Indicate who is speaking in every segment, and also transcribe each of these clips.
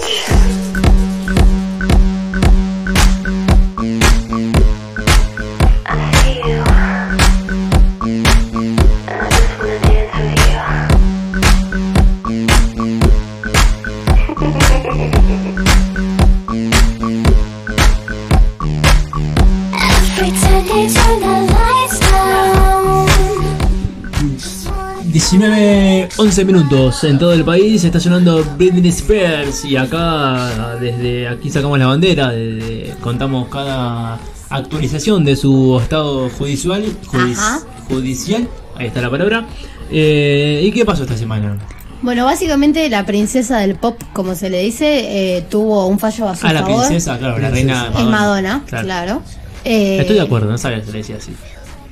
Speaker 1: bitch. I see you. I just wanna dance with you.
Speaker 2: Pretending turn the lights down.
Speaker 3: 19, 11 minutos en todo el país está sonando Britney Spears y acá desde aquí sacamos la bandera, desde- contamos cada actualización de su estado judicial, judic-
Speaker 4: Ajá.
Speaker 3: judicial, ahí está la palabra. Eh, ¿Y qué pasó esta semana?
Speaker 4: Bueno, básicamente la princesa del pop, como se le dice, eh, tuvo un fallo a su
Speaker 3: Ah, la
Speaker 4: favor.
Speaker 3: princesa, claro, la reina
Speaker 4: Es Madonna,
Speaker 3: Claro.
Speaker 4: claro. Eh,
Speaker 3: Estoy de acuerdo, no sabía que se le decía así.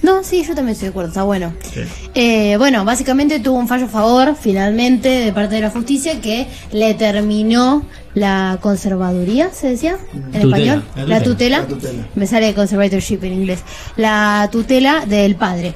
Speaker 4: No, sí, yo también estoy de acuerdo, está bueno.
Speaker 3: Sí.
Speaker 4: Eh, bueno, básicamente tuvo un fallo a favor, finalmente, de parte de la justicia, que le terminó la conservaduría, ¿se decía? En
Speaker 3: Tutela,
Speaker 4: español.
Speaker 3: la tutela.
Speaker 4: La tutela.
Speaker 5: La tutela.
Speaker 4: Me sale conservatorship en inglés. La tutela del padre.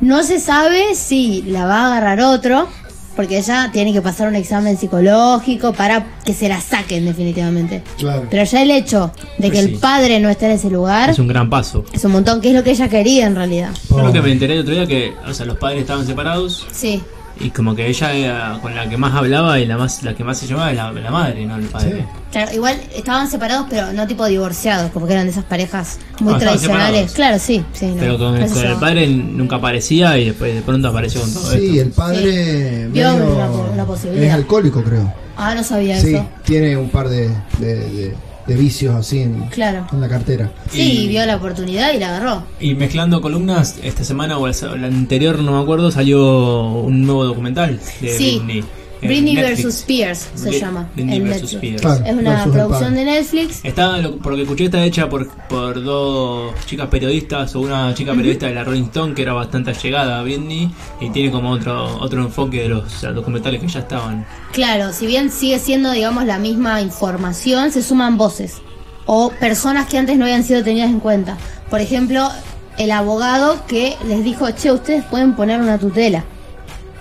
Speaker 4: No se sabe si la va a agarrar otro, porque ella tiene que pasar un examen psicológico para que se la saquen definitivamente.
Speaker 5: Claro.
Speaker 4: Pero ya el hecho de que
Speaker 3: Pues sí.
Speaker 4: el padre no esté en ese lugar
Speaker 3: Es un gran paso.
Speaker 4: es un montón, que es lo que ella quería en realidad.
Speaker 3: Yo
Speaker 5: Oh.
Speaker 3: lo que me enteré el otro día que, o sea, los padres estaban separados
Speaker 4: Sí,
Speaker 3: y como que ella era con la que más hablaba y la más la que más se llevaba era la, la madre, no el padre.
Speaker 5: Sí.
Speaker 4: claro, igual estaban separados, pero no tipo divorciados, como que eran de esas parejas muy
Speaker 3: Ah, estaban separados.
Speaker 4: tradicionales. Claro, sí, sí. no,
Speaker 3: Pero con, este
Speaker 4: no se
Speaker 3: con el
Speaker 4: llevaban.
Speaker 3: padre nunca aparecía y después de pronto apareció con todo
Speaker 5: Sí,
Speaker 3: esto.
Speaker 5: el padre
Speaker 4: Sí.
Speaker 5: medio-
Speaker 4: Vio una po- una posibilidad.
Speaker 5: es alcohólico, creo.
Speaker 4: Ah, no sabía
Speaker 5: Sí,
Speaker 4: eso.
Speaker 5: tiene un par de, de, de- de vicios así en,
Speaker 4: Claro.
Speaker 5: en la cartera.
Speaker 4: Sí, vio la oportunidad y la agarró.
Speaker 3: Y mezclando columnas, esta semana o la, la anterior, no me acuerdo, salió un nuevo documental de
Speaker 4: Sí.
Speaker 3: Britney. en
Speaker 4: Britney
Speaker 3: Netflix.
Speaker 4: vs. Spears se
Speaker 3: Bri-
Speaker 4: llama.
Speaker 3: Britney
Speaker 4: en
Speaker 3: vs.
Speaker 4: Netflix.
Speaker 3: Spears.
Speaker 5: Claro.
Speaker 4: Es una
Speaker 5: Ah, Versus el
Speaker 4: producción
Speaker 5: padre.
Speaker 4: de Netflix.
Speaker 3: Está, lo- por lo que escuché, está hecha por, por dos chicas periodistas o una chica periodista de la Rolling Stone que era bastante allegada a Britney y tiene como otro otro enfoque de los eh, documentales que ya estaban.
Speaker 4: Claro, si bien sigue siendo, digamos, la misma información, se suman voces o personas que antes no habían sido tenidas en cuenta. Por ejemplo, el abogado que les dijo, che, ustedes pueden poner una tutela.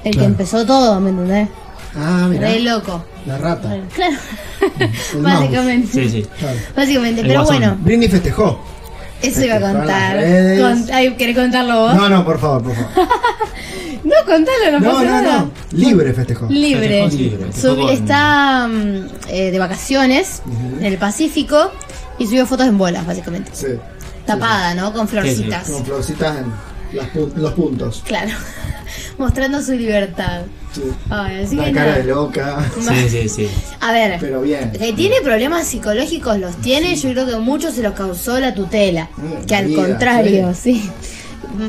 Speaker 4: El que
Speaker 5: Claro.
Speaker 4: empezó todo, ¿me entendés?
Speaker 5: Ah, mira.
Speaker 4: Re loco.
Speaker 5: La rata.
Speaker 4: Claro,
Speaker 5: El
Speaker 4: básicamente.
Speaker 3: Sí, sí.
Speaker 5: Claro.
Speaker 4: Básicamente,
Speaker 3: El
Speaker 4: pero
Speaker 3: guasón.
Speaker 4: bueno,
Speaker 5: Britney festejó.
Speaker 4: eso iba a
Speaker 5: Festejar
Speaker 4: contar.
Speaker 5: las redes.
Speaker 4: Con- ay, ¿Querés contarlo vos?
Speaker 5: No, no, por favor, por favor.
Speaker 4: No, contalo, no,
Speaker 5: No,
Speaker 4: pasa
Speaker 5: no,
Speaker 4: nada.
Speaker 5: no. Libre festejó.
Speaker 4: Libre.
Speaker 3: Festejó libre.
Speaker 4: Sub-
Speaker 3: Festejó con-
Speaker 4: está mm, eh, de vacaciones en el Pacífico y subió fotos en bolas, básicamente.
Speaker 5: Sí.
Speaker 4: Tapada, ¿no? Con florcitas.
Speaker 5: Con florcitas en las pu- los puntos.
Speaker 4: Claro. Mostrando su libertad.
Speaker 5: Sí.
Speaker 4: Ay, así
Speaker 5: Una
Speaker 4: que
Speaker 5: cara
Speaker 4: nada.
Speaker 5: de loca.
Speaker 3: Sí, sí, sí.
Speaker 4: A ver.
Speaker 5: Pero bien.
Speaker 4: Que tiene problemas psicológicos, los tiene. Yo creo que muchos se los causó la tutela.
Speaker 5: Mm,
Speaker 4: que al
Speaker 5: vida,
Speaker 4: contrario, sí.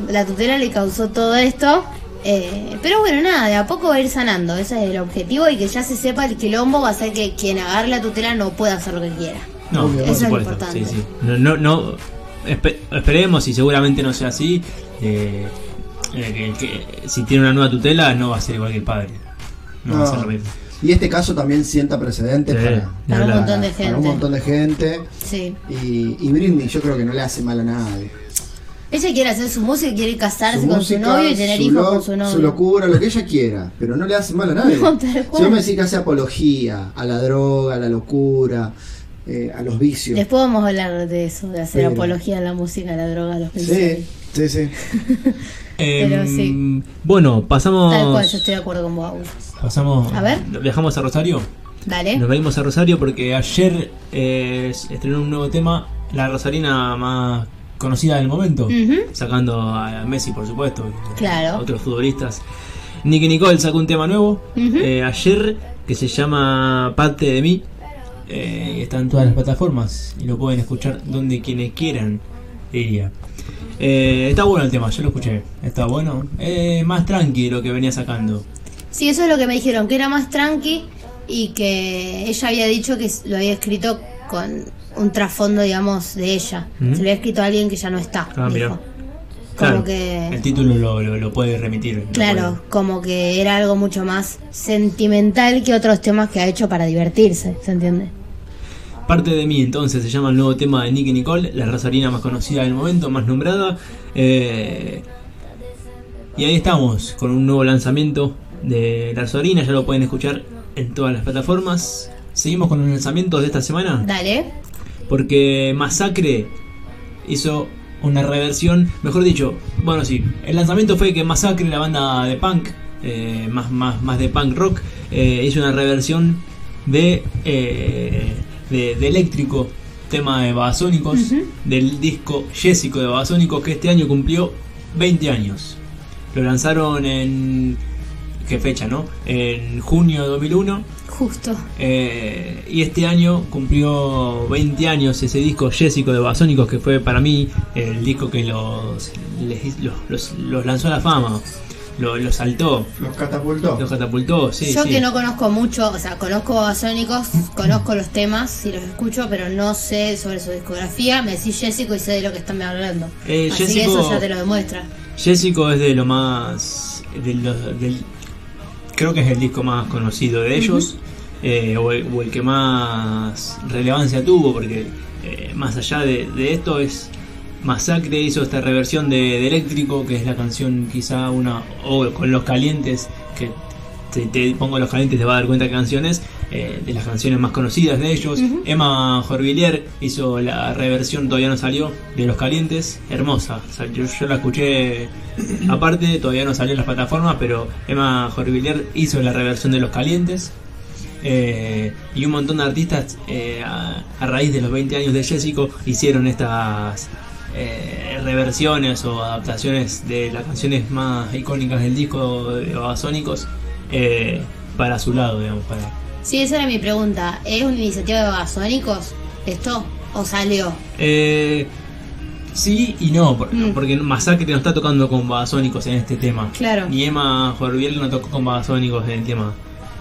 Speaker 4: La tutela le causó todo esto. eh, pero bueno, nada, de a poco va a ir sanando. Ese es el objetivo. Y que ya se sepa el quilombo va a ser que quien agarre la tutela no pueda hacer lo que quiera.
Speaker 3: No,
Speaker 5: Obvio,
Speaker 3: por
Speaker 4: eso es lo
Speaker 3: supuesto. Sí,
Speaker 4: importante.
Speaker 3: sí. No, no, no espe- esperemos y seguramente no sea así. eh, eh, que- que si tiene una nueva tutela, no va a ser igual que el padre. No, va a ser lo mismo.
Speaker 5: Y este caso también sienta precedentes
Speaker 3: Sí,
Speaker 5: para,
Speaker 3: ni Para un hablar.
Speaker 4: montón de
Speaker 5: para un
Speaker 4: gente.
Speaker 5: montón de gente.
Speaker 4: Sí.
Speaker 5: Y, y Britney yo creo que no le hace mal a nadie.
Speaker 4: Ella quiere hacer su música, quiere casarse con
Speaker 5: música,
Speaker 4: su novio y tener
Speaker 5: su
Speaker 4: hijos
Speaker 5: lo-
Speaker 4: con su novio.
Speaker 5: locura, lo que ella quiera, pero no le hace mal a nadie.
Speaker 4: No, tal
Speaker 5: si
Speaker 4: cual.
Speaker 5: vos me decís que hace apología a la droga, a la locura, eh, a los vicios.
Speaker 4: Después vamos a hablar de eso, de hacer
Speaker 5: Pero-
Speaker 4: apología a la música, a la droga, a los
Speaker 5: Sí,
Speaker 4: pensadores.
Speaker 5: sí, sí.
Speaker 4: Pero
Speaker 3: Em,
Speaker 4: sí.
Speaker 3: Bueno, pasamos.
Speaker 4: Tal cual, yo estoy de acuerdo con vos, Agus.
Speaker 3: pasamos
Speaker 4: A ver. ¿Eh?
Speaker 3: Viajamos a Rosario.
Speaker 4: Dale.
Speaker 3: Nos venimos a Rosario porque ayer eh, estrenó un nuevo tema, la rosarina más conocida del momento,
Speaker 4: Ujú.
Speaker 3: sacando a Messi, por supuesto, y a
Speaker 4: Claro.
Speaker 3: otros futbolistas. Nicky Nicole sacó un tema nuevo
Speaker 4: Ujú.
Speaker 3: eh, ayer que se llama Parte de mí. eh, y está en todas las plataformas y lo pueden escuchar donde quienes quieran, diría. Eh, está bueno el tema, yo lo escuché. Está bueno. Eh, más tranqui lo que venía sacando.
Speaker 4: Sí, eso es lo que me dijeron, que era más tranqui y que ella había dicho que lo había escrito con un trasfondo, digamos, de ella.
Speaker 3: Ujú.
Speaker 4: Se lo había escrito a alguien que ya no está.
Speaker 3: Mm. Ah,
Speaker 4: dijo.
Speaker 3: mira.
Speaker 4: Como
Speaker 3: Claro,
Speaker 4: que-
Speaker 3: El título lo, lo- lo puede remitir. lo
Speaker 4: Claro, como que era algo mucho más sentimental que otros temas que ha hecho para divertirse, ¿se entiende?
Speaker 3: Parte de mí entonces se llama el nuevo tema de Nicky Nicole, la rosarina más conocida del momento, más nombrada. Eh, y ahí estamos, con un nuevo lanzamiento de la rosarina, ya lo pueden escuchar en todas las plataformas. Seguimos con los lanzamientos de esta semana.
Speaker 4: Dale.
Speaker 3: Porque Masacre hizo una reversión, mejor dicho, bueno, sí, el lanzamiento fue que Masacre, la banda de punk, eh, más, más, más de punk rock, eh, hizo una reversión de, eh, de, de Eléctrico, tema de Babasónicos,
Speaker 4: Ujú.
Speaker 3: del disco Jessico de Babasónicos, que este año cumplió 20 años. Lo lanzaron en... ¿Qué fecha, no? En junio de 2001.
Speaker 4: Justo.
Speaker 3: Eh, y este año cumplió 20 años ese disco Jessico de Basónicos, que fue para mí el disco que los, les- los, los- los lanzó a la fama, lo- los saltó,
Speaker 6: Los catapultó.
Speaker 3: los catapultó. Sí,
Speaker 4: Yo
Speaker 3: sí. Mm.
Speaker 4: que no conozco mucho, o sea, conozco a Sónicos, conozco los temas, si los escucho, pero no sé sobre su discografía. Me decís Jessico y sé de lo que están hablando.
Speaker 3: Eh,
Speaker 4: Así que
Speaker 3: Jessico-
Speaker 4: eso ya te lo demuestra.
Speaker 3: Jessico es de lo más. de los- del- creo que es el disco más conocido de ellos, eh, o, el, o el que más relevancia tuvo, porque eh, más allá de, de esto es. Masacre hizo esta reversión de, de Eléctrico, que es la canción quizá una. o con los calientes, que te, te pongo los calientes te va a dar cuenta qué canciones, eh, de las canciones más conocidas de ellos. Emma Jorvillier hizo la reversión, todavía no salió, de Los Calientes, hermosa. O sea, yo, yo la escuché aparte, todavía no salió en las plataformas, pero Emma Jorvillier hizo la reversión de Los Calientes. Eh, y un montón de artistas eh, a, a raíz de los 20 años de Jessico hicieron estas eh, reversiones o adaptaciones de las canciones más icónicas del disco de Babasónicos eh, para su lado, digamos, para,
Speaker 4: Sí, esa era mi pregunta. ¿Es una iniciativa de Babasónicos esto? ¿O salió?
Speaker 3: Eh, sí y no, por-
Speaker 4: Mm.
Speaker 3: porque Masacre no está tocando con Babasónicos en este tema.
Speaker 4: Claro.
Speaker 3: Ni Emma Jorviel no tocó con Babasónicos en el tema.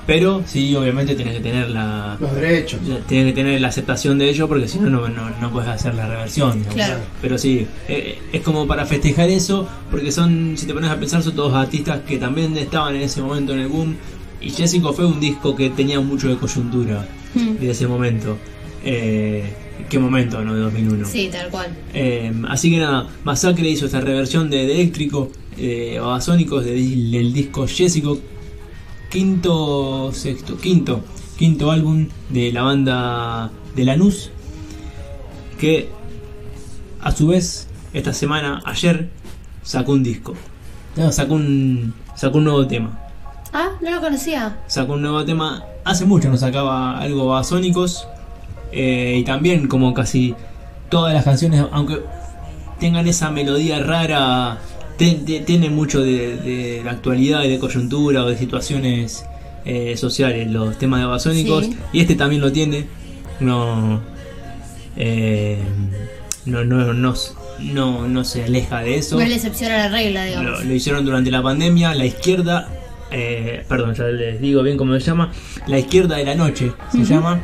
Speaker 3: Pero sí, obviamente tenés que tener la.
Speaker 6: Los derechos.
Speaker 3: Tienes que tener la aceptación de ello porque si no, no, no, no puedes hacer la reversión. digamos.
Speaker 4: Claro.
Speaker 3: Pero sí, eh, es como para festejar eso porque son, si te pones a pensar, son todos artistas que también estaban en ese momento en el boom. Y Jessico fue un disco que tenía mucho de coyuntura
Speaker 4: Mm.
Speaker 3: de ese momento. Eh, ¿Qué momento, no? De 2001.
Speaker 4: Sí, tal cual.
Speaker 3: Eh, así que nada, Masacre hizo esta reversión de, de Eléctrico, eh, Babasónicos, de dis- del disco Jessico, quinto, sexto, quinto, quinto álbum de la banda de Lanús, que a su vez, esta semana, ayer, sacó un disco, No, sacó un, sacó un nuevo tema,
Speaker 4: Ah, no lo conocía.
Speaker 3: sacó un nuevo tema. Hace mucho no sacaba algo Babasónicos. eh, y también como casi todas las canciones, aunque tengan esa melodía rara, te- te- tienen mucho de, de la actualidad y de coyuntura o de situaciones eh, sociales los temas de Babasónicos.
Speaker 4: Sí.
Speaker 3: Y este también lo tiene. No, eh, no, no, no, no, no se aleja de eso.
Speaker 4: No es la excepción a la regla, digamos.
Speaker 3: Lo, lo hicieron durante la pandemia, la izquierda, eh, perdón, ya les digo bien cómo se llama, la izquierda de la noche se llama,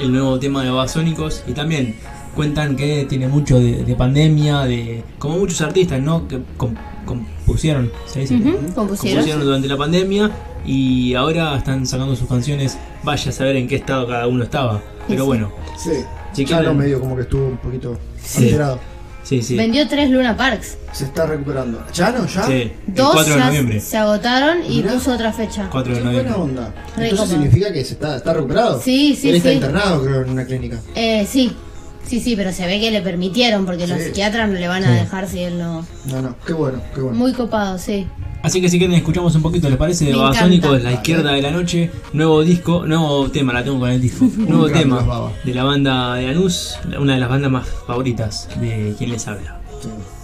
Speaker 3: el nuevo tema de Babasónicos, y también cuentan que tiene mucho de, de pandemia, de como muchos artistas, ¿no? Que com- compusieron, ¿se dice?
Speaker 4: Ujú, compusieron.
Speaker 3: durante la pandemia y ahora están sacando sus canciones, vaya a saber en qué estado cada uno estaba, pero
Speaker 4: sí.
Speaker 3: bueno,
Speaker 6: Sí.
Speaker 3: Si
Speaker 6: ya
Speaker 3: quieren-
Speaker 6: lo medio como que estuvo un poquito
Speaker 3: Sí.
Speaker 6: alterado.
Speaker 3: sí, sí.
Speaker 4: Vendió tres Luna Parks.
Speaker 6: Se está recuperando. ¿Ya no? ¿Ya?
Speaker 3: Sí, el
Speaker 4: Dos
Speaker 3: 4 de
Speaker 4: ya
Speaker 3: noviembre.
Speaker 4: se agotaron y
Speaker 6: Mirá.
Speaker 4: puso otra fecha.
Speaker 3: 4 de
Speaker 6: Qué buena
Speaker 3: noviembre.
Speaker 6: onda. Entonces
Speaker 4: Re copado.
Speaker 6: significa que se está, está recuperado.
Speaker 4: Sí, sí,
Speaker 6: Él está
Speaker 4: sí.
Speaker 6: internado, creo, en una clínica.
Speaker 4: Eh, sí, sí, sí, pero se ve que le permitieron porque los
Speaker 6: Sí.
Speaker 4: psiquiatras no le van a dejar si él no.
Speaker 6: No, no. Qué bueno, qué bueno.
Speaker 4: Muy copado, sí.
Speaker 3: Así que si quieren escuchamos un poquito, ¿les parece? De
Speaker 4: Me
Speaker 3: Babasónicos,
Speaker 4: encanta.
Speaker 3: La Izquierda de la Noche, nuevo disco, nuevo tema, la tengo con el disco, nuevo
Speaker 6: grande las
Speaker 3: tema
Speaker 6: babas.
Speaker 3: de la banda de Anus, una de las bandas más favoritas de quien les habla.
Speaker 6: Sí.